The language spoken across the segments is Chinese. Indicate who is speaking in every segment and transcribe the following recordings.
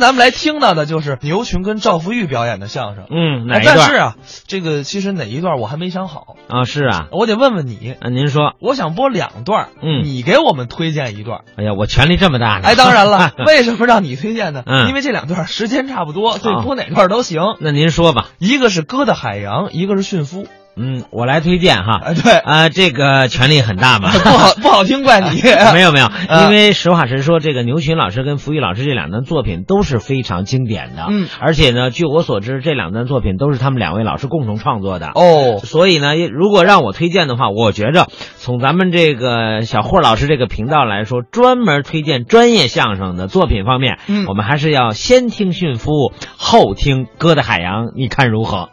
Speaker 1: 咱们来听到的就是牛群跟赵福玉表演的相声。
Speaker 2: 嗯，哪
Speaker 1: 哎
Speaker 2: 一段？
Speaker 1: 但是啊，这个其实哪一段我还没想好，
Speaker 2: 啊，是啊，
Speaker 1: 我得问问你。
Speaker 2: 啊，您说，
Speaker 1: 我想播两段，
Speaker 2: 嗯
Speaker 1: 你给我们推荐一段。
Speaker 2: 哎呀，我权力这么大呢？
Speaker 1: 哎，当然 了，为什么让你推荐呢？
Speaker 2: 嗯
Speaker 1: 因为这两段时间差不多，所以
Speaker 2: 好
Speaker 1: 播哪段都行。
Speaker 2: 那您说吧，
Speaker 1: 一个是《歌的海洋》，一个是《驯夫》。
Speaker 2: 嗯，我来推荐哈，
Speaker 1: 哎，对，
Speaker 2: 啊，这个权力很大嘛，
Speaker 1: 不好不好听，怪你。
Speaker 2: 哎没有没有，
Speaker 1: 啊
Speaker 2: 因为实话实说，这个牛群老师跟福玉老师这两段作品都是非常经典的，
Speaker 1: 嗯，
Speaker 2: 而且呢，据我所知，这两段作品都是他们两位老师共同创作的，
Speaker 1: 哦，
Speaker 2: 所以呢，如果让我推荐的话，我觉着从咱们这个小霍老师这个频道来说，专门推荐专业相声的作品方面，
Speaker 1: 嗯
Speaker 2: 我们还是要先听《驯夫》，后听《歌的海洋》，你看 如何？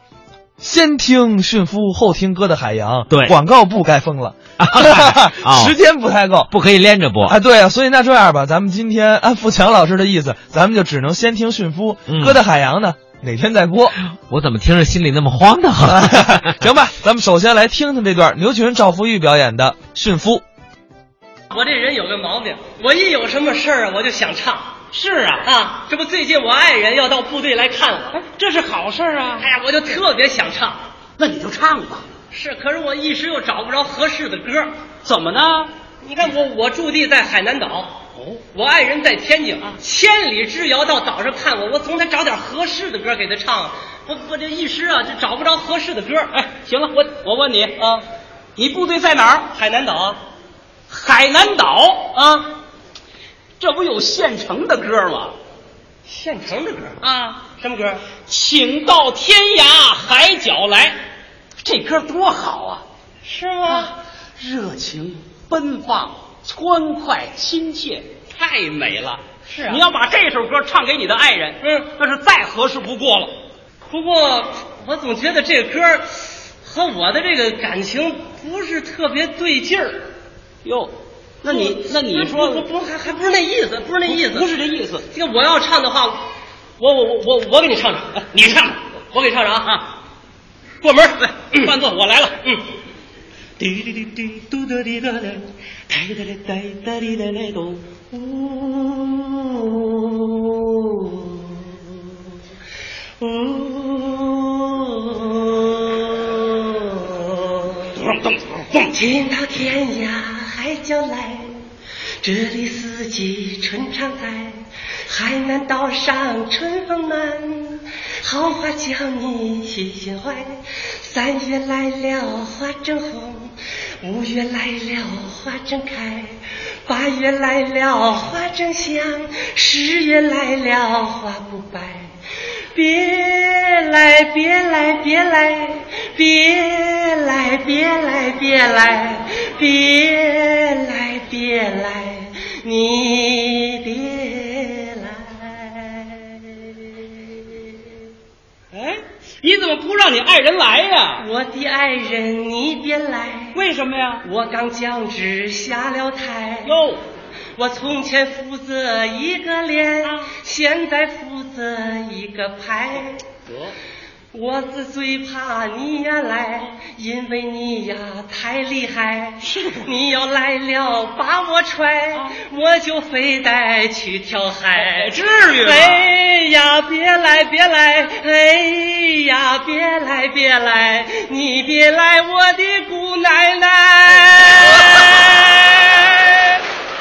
Speaker 1: 先听《驯夫》，后听《歌的海洋》。
Speaker 2: 对
Speaker 1: 广告部该封了，
Speaker 2: 哦
Speaker 1: 时间不太够。
Speaker 2: 不可以连着播。
Speaker 1: 啊，对啊，所以那这样吧，咱们今天按富强老师的意思，咱们就只能先听《驯夫》
Speaker 2: 嗯
Speaker 1: 歌的海洋》呢，哪天再 播。
Speaker 2: 我怎么听着心里那么慌 的？
Speaker 1: 行吧，咱们首先来听听这段牛群赵福玉表演的《驯夫》。
Speaker 3: 我这人有个毛病，我一有什么事儿啊我就想唱。是啊，啊，这不最近我爱人要到部队来看
Speaker 4: 哎
Speaker 3: 我，这是好事啊。哎呀，我就特别想唱。
Speaker 4: 那你就唱吧。
Speaker 3: 是，可是我一时又找不着合适的歌。
Speaker 4: 怎么呢？
Speaker 3: 你看我，我驻地在海南岛，哦，我爱人在天津，啊，千里之遥到岛上看我，我总得找点合适的歌给他唱。我我这一时啊，就找不着合适的歌。哎，
Speaker 4: 行了，我我问你，
Speaker 3: 啊，
Speaker 4: 你部队在哪儿？
Speaker 3: 海南岛啊，
Speaker 4: 海南岛
Speaker 3: 啊，
Speaker 4: 这不有现成的歌吗？
Speaker 3: 现成的歌
Speaker 4: 啊，
Speaker 3: 什么歌？
Speaker 4: 请到天涯海角来，这歌多好啊！
Speaker 3: 是吗？
Speaker 4: 热情奔放，欢快亲切，太美了。
Speaker 3: 是啊
Speaker 4: 你要把这首歌唱给你的爱人，
Speaker 3: 嗯
Speaker 4: 那是再合适不过了。
Speaker 3: 不过我总觉得这歌儿和我的这个感情不是特别对劲儿。
Speaker 4: 哟，那你那你说
Speaker 3: 不不不还还不是那意思，不是那意思，
Speaker 4: 不是这意思。
Speaker 3: 这个我要唱的话，我我我我我给你唱唱，哎你唱吧，我给你唱唱啊啊！过门儿来，伴奏我来了，嗯。
Speaker 5: 滴滴滴滴嘟嘟滴哒哒，哒哒哒哒哒滴哒哒咚。呜呜。
Speaker 3: 请到天涯海角来，这里四季春常在。海南岛上春风满，好花叫你心心怀。三月来了花正红，五月来了花正开，八月来了花正香，十月来了花不白。 别来，别来，别来，别来，别来，别来，别来，别来，你别来。
Speaker 4: 哎，你怎么不让你爱人来呀？
Speaker 3: 我的爱人，你别来，
Speaker 4: 为什么呀？
Speaker 3: 我刚降职下了台。
Speaker 4: 哟，
Speaker 3: 我从前负责一个连，
Speaker 4: 啊
Speaker 3: 现在负责一个排。
Speaker 4: 哦
Speaker 3: 我是最怕你呀来，因为你呀太厉害。你要来了把我踹，我就非得去跳海。
Speaker 4: 啊哎至于吗
Speaker 3: 哎呀，别来别来，哎呀，别来别来，你别来我的姑奶
Speaker 4: 哎
Speaker 3: 奶。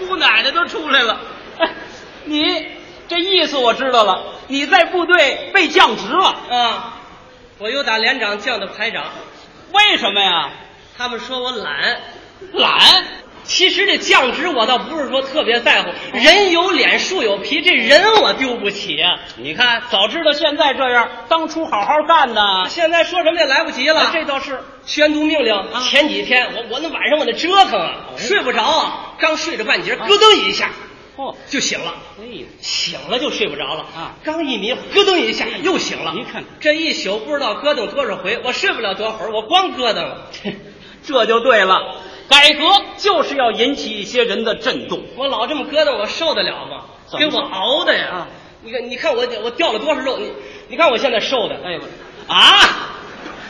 Speaker 4: 姑奶奶都出来了。 哎你这意思我知道了，你在部队被降职了，
Speaker 3: 啊，我由打连长降到排长，
Speaker 4: 为什么呀？
Speaker 3: 他们说我懒。
Speaker 4: 懒。
Speaker 3: 其实这降职我倒不是说特别在乎，人有脸树有皮，这人我丢不起啊。
Speaker 4: 你看，早知道现在这样，当初好好干呐。
Speaker 3: 现在说什么也来不及了。
Speaker 4: 这倒是，
Speaker 3: 宣读命令、前几天，我我那晚上我那折腾啊，睡不着啊，刚睡着半截，咯噔一下
Speaker 4: 哦，
Speaker 3: 就醒了。
Speaker 4: 哎呀，
Speaker 3: 醒了就睡不着了
Speaker 4: 啊！
Speaker 3: 刚一迷糊，咯噔一下又醒了。
Speaker 4: 您看看
Speaker 3: 这一宿不知道咯噔多少回，我睡不了多会儿，我光咯噔 了。
Speaker 4: 这就对了。改革就是要引起一些人的震动。
Speaker 3: 我老这么咯噔，我受得了吗？
Speaker 4: 怎
Speaker 3: 给
Speaker 4: 么
Speaker 3: 我熬的呀！
Speaker 4: 啊
Speaker 3: 你看，你看我我掉了多少肉？你你看我现在瘦的，
Speaker 4: 哎呦， 啊！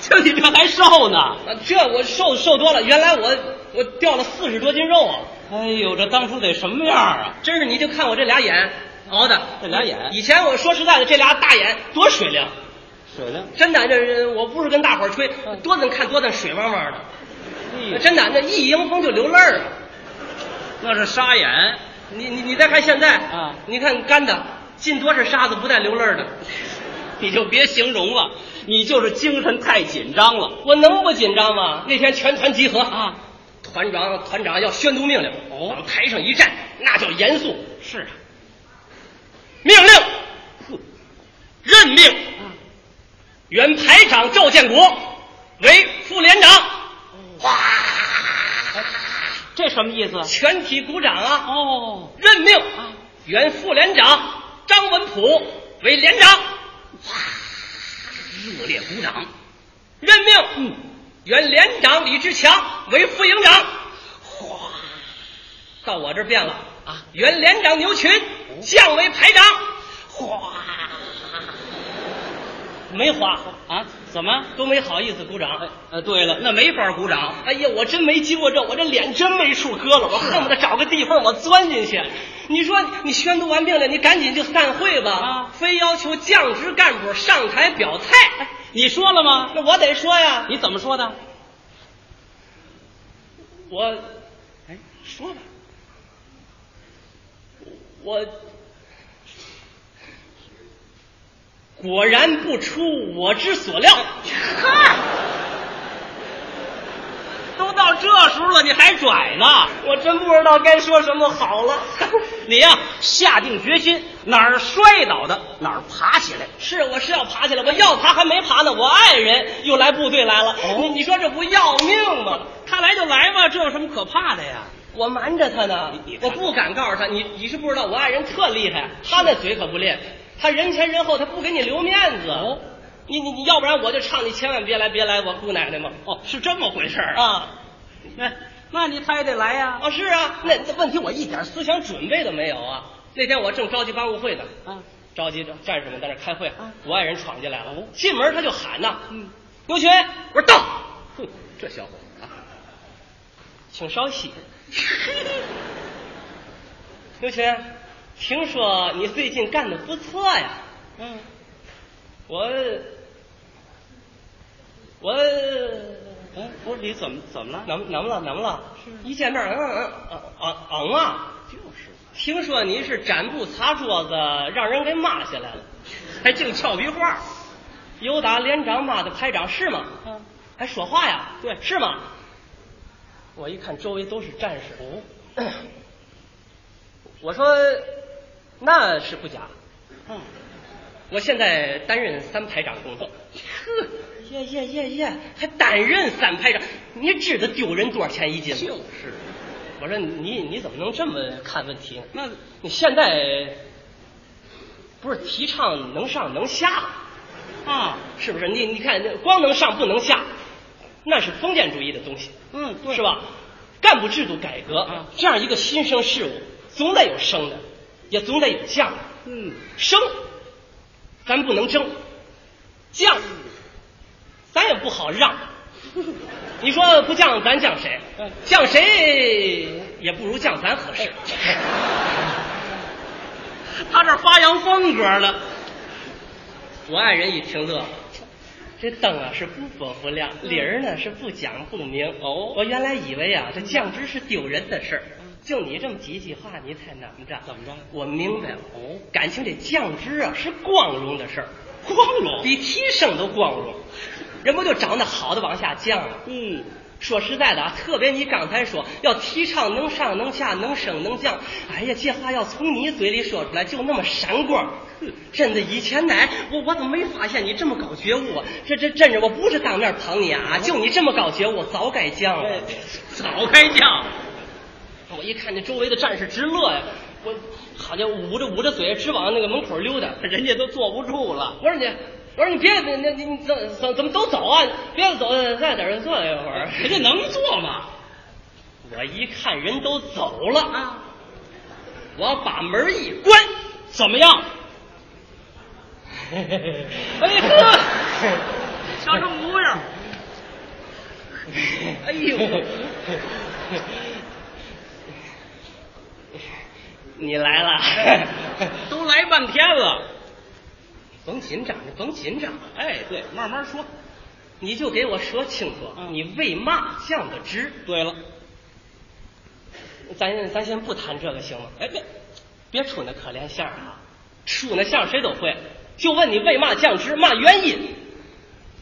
Speaker 4: 就你这还瘦呢？
Speaker 3: 啊这我瘦瘦多了，原来我我掉了四十多斤肉啊！
Speaker 4: 哎呦，这当初得什么样啊？
Speaker 3: 真是，你就看我这俩眼熬的，
Speaker 4: 这俩眼
Speaker 3: 以前我说实在的，这俩大眼多水灵，
Speaker 4: 水灵，嗯
Speaker 3: 真的，这是我不是跟大伙儿吹，多咱看多咱水汪汪的，
Speaker 4: 哎
Speaker 3: 真的，那一迎风就流泪儿啊！
Speaker 4: 那是沙眼。
Speaker 3: 你你你再看现在
Speaker 4: 啊
Speaker 3: 你看干的进多少沙子不带流泪儿的，
Speaker 4: 你就别形容了，你就是精神太紧张了。
Speaker 3: 我能不紧张吗？那天全团集合
Speaker 4: 啊，
Speaker 3: 团长团长要宣读命令，哦，往台上一站，那叫严肃。
Speaker 4: 是啊，
Speaker 3: 命令，任命
Speaker 4: 嗯
Speaker 3: 原排长赵建国为副连长。哇，
Speaker 4: 哦哎这什么意思？
Speaker 3: 全体鼓掌啊！
Speaker 4: 哦，
Speaker 3: 任命原副连长张文普为连长。哇，热烈鼓掌。任命原连长李志强为副营长。哗，到我这儿变了啊！原连长牛群降为排长。哗，没花
Speaker 4: 啊，怎么？
Speaker 3: 都没好意思鼓掌。
Speaker 4: 呃，对了，
Speaker 3: 那没法鼓掌。哎呀，我真没经过这，我这脸真没处搁了，我恨不得找个地缝我钻进去。你说你宣读完命令，你赶紧就散会吧，
Speaker 4: 啊哎
Speaker 3: 非要求降职干部上台表态，
Speaker 4: 你说了吗？
Speaker 3: 那我得说呀，
Speaker 4: 你怎么说的？
Speaker 3: 我，哎，说吧，我果然不出我之所料。
Speaker 4: 都到这时候了，你还拽呢？
Speaker 3: 我真不知道该说什么好了。
Speaker 4: 你呀、下定决心，哪儿摔倒的哪儿爬起来。
Speaker 3: 是，我是要爬起来，我要爬还没爬呢。我爱人又来部队来了，你你说这不要命吗？
Speaker 4: 他来就来吧，这有什么可怕的呀？
Speaker 3: 我瞒着他呢
Speaker 4: 你你，看
Speaker 3: 我不敢告诉他。你你是不知道，我爱人特厉害，他那嘴可不练，他人前人后他不给你留面子。哦，你你你要不然我就唱你千万别来别来，我姑奶奶嘛。
Speaker 4: 哦，是这么回事儿啊？
Speaker 3: 啊
Speaker 4: 那那你他也得来呀、
Speaker 3: 啊是啊，那那问题我一点思想准备都没有啊。那天我正着急办误会呢，
Speaker 4: 啊，
Speaker 3: 着急着战士们在那开会，我爱人闯进来了，进门他就喊呐，
Speaker 4: 嗯
Speaker 3: 牛群，我说到，哼，这小伙子啊，请稍 息。牛群，听说你最近干的不错呀，
Speaker 4: 嗯，
Speaker 3: 我，我，
Speaker 4: 哎，不是你怎么怎么了？
Speaker 3: 能能了能了，一见面，嗯嗯嗯嗯嗯啊，
Speaker 4: 就是
Speaker 3: 听说您是展布擦桌子，让人给骂 下来了，还净俏皮话儿，有打连长骂的排长是吗？
Speaker 4: 嗯，
Speaker 3: 还说话呀？
Speaker 4: 对
Speaker 3: 是吗？我一看周围都是战士，哦， 我说那是不假，
Speaker 4: 嗯，
Speaker 3: 我现在担任三排长 工作。呵，耶耶耶耶，还担任三排长，你知道丢人多少钱一斤吗？
Speaker 4: 是。
Speaker 3: 我说你你怎么能这么看问题呢？
Speaker 4: 那
Speaker 3: 你现在不是提倡能上能下，
Speaker 4: 啊，
Speaker 3: 是不是？你你看，光能上不能下，那是封建主义的东西，
Speaker 4: 嗯，对，
Speaker 3: 是？吧？干部制度改革、
Speaker 4: 啊
Speaker 3: 这样一个新生事物，总得有升的，也总得有降的。
Speaker 4: 嗯，
Speaker 3: 升，咱不能争；降，咱也不好让。你说不降咱降谁
Speaker 4: 嗯？
Speaker 3: 降谁也不如降咱合适。
Speaker 4: 他这发扬风格了。
Speaker 3: 我爱人一听乐了，这灯啊是不拨不亮，
Speaker 4: 嗯
Speaker 3: 理儿呢是不讲不明。哦，我原来以为啊这
Speaker 4: 嗯
Speaker 3: 降职是丢人的事儿，就你这么几句话，你才难着。
Speaker 4: 怎么着
Speaker 3: 我明白了。哦，感情这降职啊是光荣的事儿，光
Speaker 4: 荣
Speaker 3: 比提升都光荣。人不就找那好的往下降吗？
Speaker 4: 嗯，
Speaker 3: 说实在的啊，特别你刚才说要提倡能上能下能升能降，哎呀，这话要从你嘴里说出来就那么闪光。真的，以前来我我怎么没发现你这么高觉悟啊？这这真是我不是当面捧你啊，就你这么高觉悟，早该降了。
Speaker 4: 早该降。
Speaker 3: 我一看见周围的战士直乐呀，我好家伙捂着捂着嘴直往那个门口溜达。
Speaker 4: 人家都坐不住了。
Speaker 3: 我说你，我说你别，那那你你怎怎怎么都走啊？别走，在这儿坐一会儿。
Speaker 4: 人家能坐吗？
Speaker 3: 我一看人都走了啊，我把门一关，
Speaker 4: 怎么样？
Speaker 3: 哎呵，哎呦，
Speaker 4: 哎
Speaker 3: 你来了，
Speaker 4: 都来半天了。
Speaker 3: 甭紧张，你甭紧张，
Speaker 4: 哎，对，慢慢说。
Speaker 3: 你就给我说清楚，
Speaker 4: 嗯
Speaker 3: 你为嘛降的职？
Speaker 4: 对了，
Speaker 3: 咱咱先不谈这个行吗？
Speaker 4: 哎，对，
Speaker 3: 别出那可怜相儿啊，出那相儿谁都会，就问你为嘛降职，嘛原因？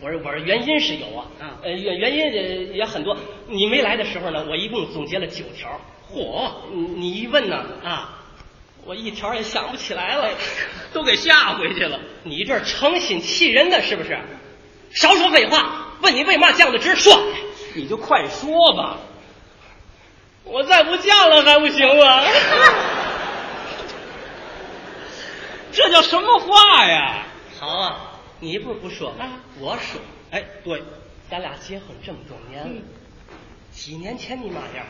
Speaker 3: 我说我说原因是有啊，
Speaker 4: 啊
Speaker 3: 呃原原因也也很多。你没来的时候呢，我一共总结了九条，嚯，你你一问呢啊，我一条也想不起来了。
Speaker 4: 都给吓回去了。
Speaker 3: 你这诚心气人呢，是不是？少说废话，问你为嘛降的职，说。
Speaker 4: 你就快说吧。
Speaker 3: 我再不降了还不行 吗？
Speaker 4: 这叫什么话呀？
Speaker 3: 好啊，你不是不说，我说，
Speaker 4: 哎，对，
Speaker 3: 咱俩结婚这么多年了，几年前你妈样儿？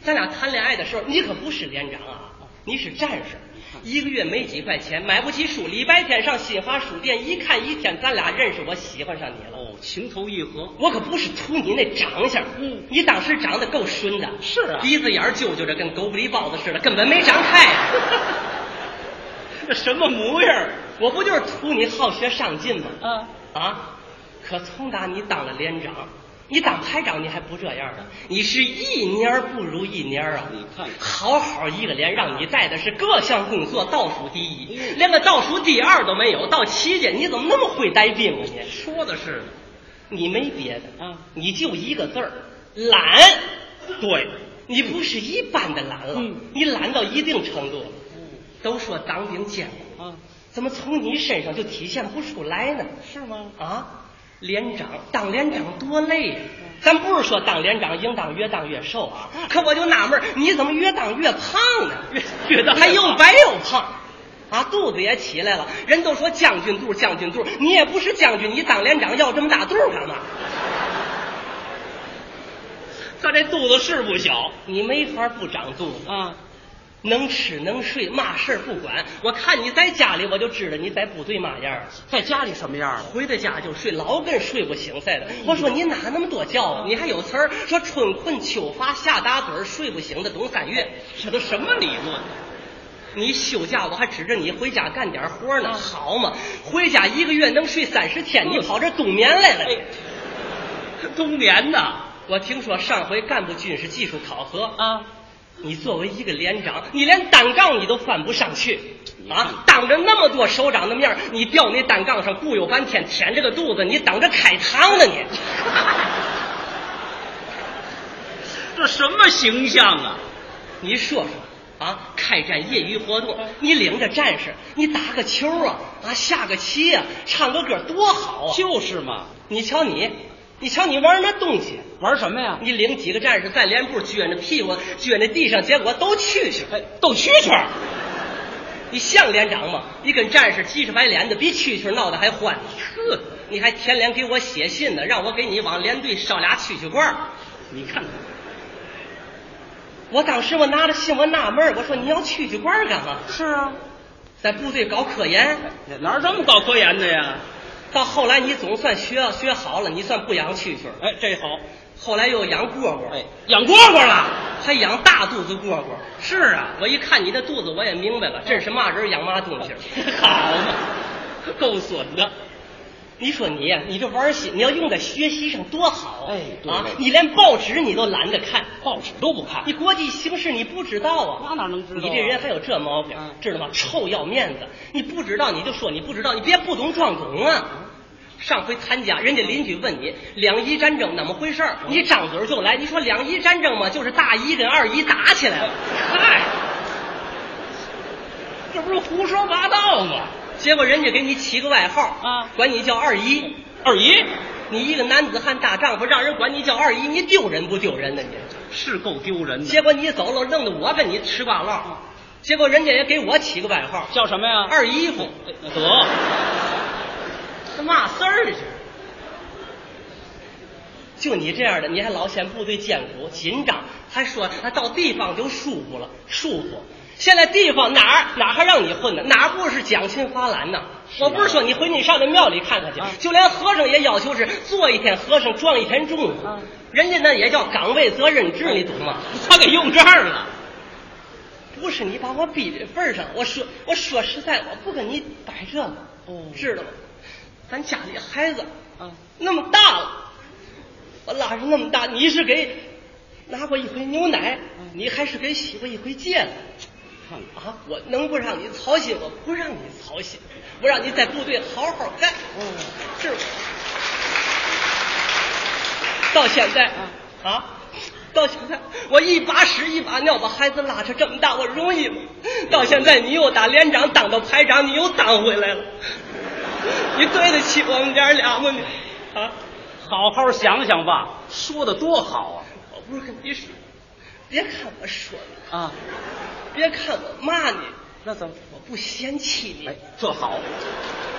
Speaker 3: 咱俩谈恋爱的时候，你可不是连长啊，你是战士，一个月没几块钱，买不起书，礼拜天上新华书店一看一天，咱俩认识，我喜欢上你了。
Speaker 4: 哦，情投意合，
Speaker 3: 我可不是图你那长相，
Speaker 4: 嗯
Speaker 3: 你当时长得够顺的，
Speaker 4: 是啊
Speaker 3: 鼻子眼儿揪揪着，跟狗不理包子似的，根本没长开。
Speaker 4: 这什么模样儿？
Speaker 3: 我不就是图你好学上进吗？
Speaker 4: 啊，
Speaker 3: 啊！可从打你当了连长，你当排长你还不这样呢？你是一年儿不如一年儿啊！
Speaker 4: 你看看
Speaker 3: 好好一个连，让你带的是各项工作倒数第一，
Speaker 4: 嗯
Speaker 3: 连个倒数第二都没有。到期间你怎么那么会带兵啊你？
Speaker 4: 说的是呢。
Speaker 3: 你没别的
Speaker 4: 啊
Speaker 3: 你就一个字儿懒。
Speaker 4: 对，
Speaker 3: 你不是一般的懒了，
Speaker 4: 嗯
Speaker 3: 你懒到一定程度了。都说当兵艰苦，
Speaker 4: 啊，
Speaker 3: 怎么从你身上就体现不出来呢？
Speaker 4: 是吗？
Speaker 3: 啊，连长当连长多累呀、咱不是说当连长应当越当越瘦啊，可我就纳闷儿，你怎么越当越胖 呢？
Speaker 4: 越当越
Speaker 3: 还又
Speaker 4: 胖
Speaker 3: 白又胖，啊，肚子也起来了。人都说将军肚，将军肚，你也不是将军，你当连长要这么大肚儿干嘛？
Speaker 4: 他这肚子是不小
Speaker 3: 你没法不长肚子，
Speaker 4: 啊。
Speaker 3: 能吃能睡，嘛事儿不管。我看你在家里，我就知道你在部队嘛样儿。
Speaker 4: 在家里什么样儿？啊
Speaker 3: 回到家就睡，老跟睡不醒似的。我
Speaker 4: 嗯
Speaker 3: 说你哪那么多觉啊？你还有词儿说春困秋乏夏打盹儿睡不醒的董三月，
Speaker 4: 这都什么理论？
Speaker 3: 你休假我还指着你回家干点活
Speaker 4: 啊
Speaker 3: 呢，好嘛？回家一个月能睡三十
Speaker 4: 嗯
Speaker 3: 天，你跑这冬眠来了。
Speaker 4: 哎 冬眠呐？
Speaker 3: 我听说上回干部军事技术考核
Speaker 4: 啊，
Speaker 3: 你作为一个连长，你连单杠你都翻不上去啊！当着那么多首长的面儿，你掉那单杠上顾有半天，舔着个肚子，你等着开膛呢你！
Speaker 4: 这什么形象啊？
Speaker 3: 你说说啊，开展业余活动，你领着战士，你打个球啊，啊下个棋啊，唱个歌多好啊！
Speaker 4: 就是嘛，
Speaker 3: 你瞧你，你瞧你玩那东西，
Speaker 4: 玩什么呀？
Speaker 3: 你领几个战士在连部撅着屁股撅那地上，结果都蛐蛐，
Speaker 4: 哎，斗蛐蛐儿。
Speaker 3: 你像连长吗？你跟战士急赤白脸的，比蛐蛐闹得还欢。呵，你还天连给我写信呢，让我给你往连队捎俩蛐蛐罐儿。
Speaker 4: 你看看，
Speaker 3: 我当时我拿着信，我纳闷儿我说你要蛐蛐罐儿干嘛？
Speaker 4: 是啊，
Speaker 3: 在部队搞科研，
Speaker 4: 哪儿这么搞科研的呀？
Speaker 3: 到后来你总算学学好了，你算不养蛐蛐儿，
Speaker 4: 哎，这好，
Speaker 3: 后来又养蝈蝈，
Speaker 4: 哎，养蝈蝈了。
Speaker 3: 还养大肚子蝈蝈。
Speaker 4: 是啊，
Speaker 3: 我一看你的肚子，我也明白了，这是嘛人养嘛东西儿。
Speaker 4: 好嘛，够损的。
Speaker 3: 你说你呀，你这玩心，你要用在学习上多好啊！
Speaker 4: 哎对
Speaker 3: 啊
Speaker 4: 对，
Speaker 3: 你连报纸你都懒得看，
Speaker 4: 报纸都不看
Speaker 3: 你国际形势你不知道啊？
Speaker 4: 那哪能知道啊
Speaker 3: 你这人还有这毛病
Speaker 4: 嗯，
Speaker 3: 知道吗？臭要面子，你不知道你就说你不知道，你别不懂装懂啊！
Speaker 4: 嗯
Speaker 3: 上回参加，人家邻居问你两伊战争怎么回事儿，
Speaker 4: 嗯
Speaker 3: 你张嘴就来，你说两伊战争嘛，就是大姨跟二姨打起来了，嗨、
Speaker 4: 这不是胡说八道吗？
Speaker 3: 结果人家给你起个外号
Speaker 4: 啊
Speaker 3: 管你叫二姨。
Speaker 4: 二姨
Speaker 3: 你一个男子汉大丈夫，让人管你叫二姨，你丢人不丢人呢？你，
Speaker 4: 是够丢人啊
Speaker 3: 结果你走了，弄得我跟你吃瓜唠，结果人家也给我起个外号
Speaker 4: 叫什么呀？哎
Speaker 3: 二姨夫，
Speaker 4: 得，
Speaker 3: 这嘛事儿这 是？就你这样的，你还老嫌部队艰苦紧张，还说啊到地方就舒服了，舒服。现在地方哪儿哪儿还让你混呢？哪儿不是讲亲发兰呢？我不是啊说你回你上那庙里看看去，就连和尚也要求是做一天和尚撞一天钟。人家那也叫岗位责任制，你懂吗？
Speaker 4: 他给用这儿了。
Speaker 3: 不是你把我逼这份儿上，我说我说实在，我不跟你摆这个，知道吗？咱家里孩子哦啊那么大了，我拉着那么大，你是给拿过一回牛奶，你还是给洗过一回戒指，啊，我能不让你操心，我不让你操心，我让你在部队好好干，是吧？到现在啊，到现在我一把屎一把尿把孩子拉扯这么大，我容易吗？到现在你又打连长当到排长，你又当回来了， 你对得起我们娘俩吗你？啊，
Speaker 4: 好好想想吧，说的多好
Speaker 3: 我不是跟你说，别看我说你，
Speaker 4: 啊啊！
Speaker 3: 别看我骂你，
Speaker 4: 那怎么？
Speaker 3: 我不嫌弃你
Speaker 4: 哎，，这好，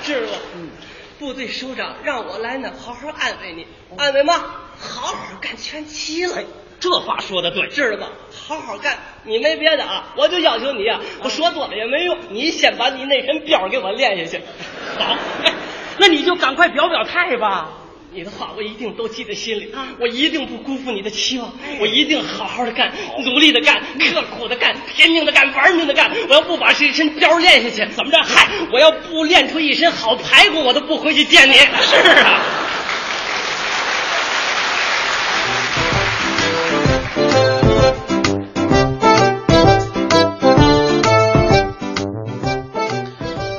Speaker 3: 知道吧？嗯。部队首长让我来呢，好好安慰你，安慰嘛，好好干全齐了。
Speaker 4: 哦哎这话说的对，
Speaker 3: 知道吧？好好干，你没别的啊，我就要求你啊，我说多了也没用，你先把你那身膘给我练下去。
Speaker 4: 好。哎那你就赶快表表态吧。
Speaker 3: 你的话我一定都记在心里，我一定不辜负你的期望，我一定好哎好的嗯干，努力的干，刻苦的干，拼命的干，玩命的干。我要不把这身膘练下去，怎么着？嗨，我要不练出一身好排骨，我都不回去见你。是啊，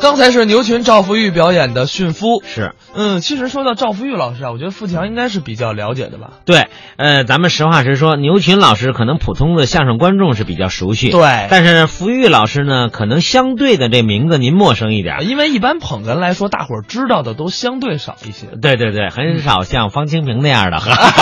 Speaker 1: 刚才是牛群、赵福玉表演的《驯夫》。
Speaker 2: 是，
Speaker 1: 嗯，其实说到赵福玉老师啊，我觉得付强应该是比较了解的吧？
Speaker 2: 对，呃，咱们实话实说，牛群老师可能普通的相声观众是比较熟悉，
Speaker 1: 对
Speaker 2: 但是福玉老师呢，可能相对的这名字您陌生一点
Speaker 1: 啊
Speaker 2: 儿。
Speaker 1: 因为一般捧哏来说，大伙儿知道的都相对少一些。
Speaker 2: 对对对，很少像方清平那 样的，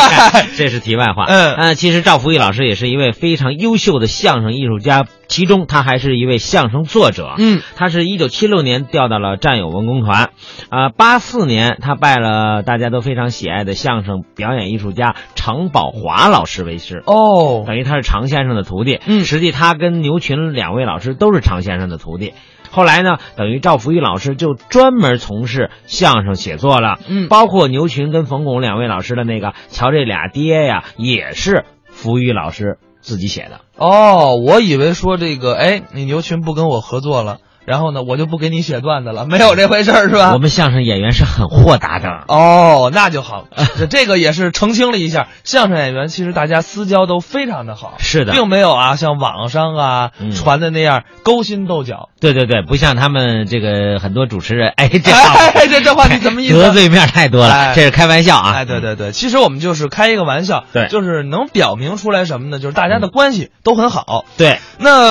Speaker 2: 这是题外话。
Speaker 1: 嗯
Speaker 2: 呃，其实赵福玉老师也是一位非常优秀的相声艺术家，其中他还是一位相声作者。
Speaker 1: 嗯，
Speaker 2: 他是一九七六年调到了战友文工团，啊、八四年他拜了大家都非常喜爱的相声表演艺术家常宝华老师为师。
Speaker 1: 哦，
Speaker 2: 等于他是常先生的徒弟。
Speaker 1: 嗯
Speaker 2: 实际他跟牛群两位老师都是常先生的徒弟。后来呢，等于赵福玉老师就专门从事相声写作了。
Speaker 1: 嗯
Speaker 2: 包括牛群跟冯巩两位老师的那个《瞧这俩爹》呀，也是福玉老师自己写的。
Speaker 1: 哦，我以为说这个，哎，你牛群不跟我合作了，然后呢，我就不给你写段子了，没有这回事儿是吧
Speaker 2: 我？们相声演员是很豁达的。
Speaker 1: 哦，那就 好，这这个也是澄清了一下，相声演员其实大家私交都非常的好，
Speaker 2: 是的
Speaker 1: 并没有啊像网上啊、
Speaker 2: 嗯
Speaker 1: 传的那样勾心斗 角。
Speaker 2: 对对对，不像他们这个很多主持人，哎，这话我
Speaker 1: 哎，这这话你怎么意思？
Speaker 2: 得罪面太多了，
Speaker 1: 哎
Speaker 2: 这是开玩笑啊。
Speaker 1: 哎，对对对，其实我们就是开一个玩笑，
Speaker 2: 对嗯
Speaker 1: 就是能表明出来什么呢？就是大家的关系都很好。
Speaker 2: 对。
Speaker 1: 那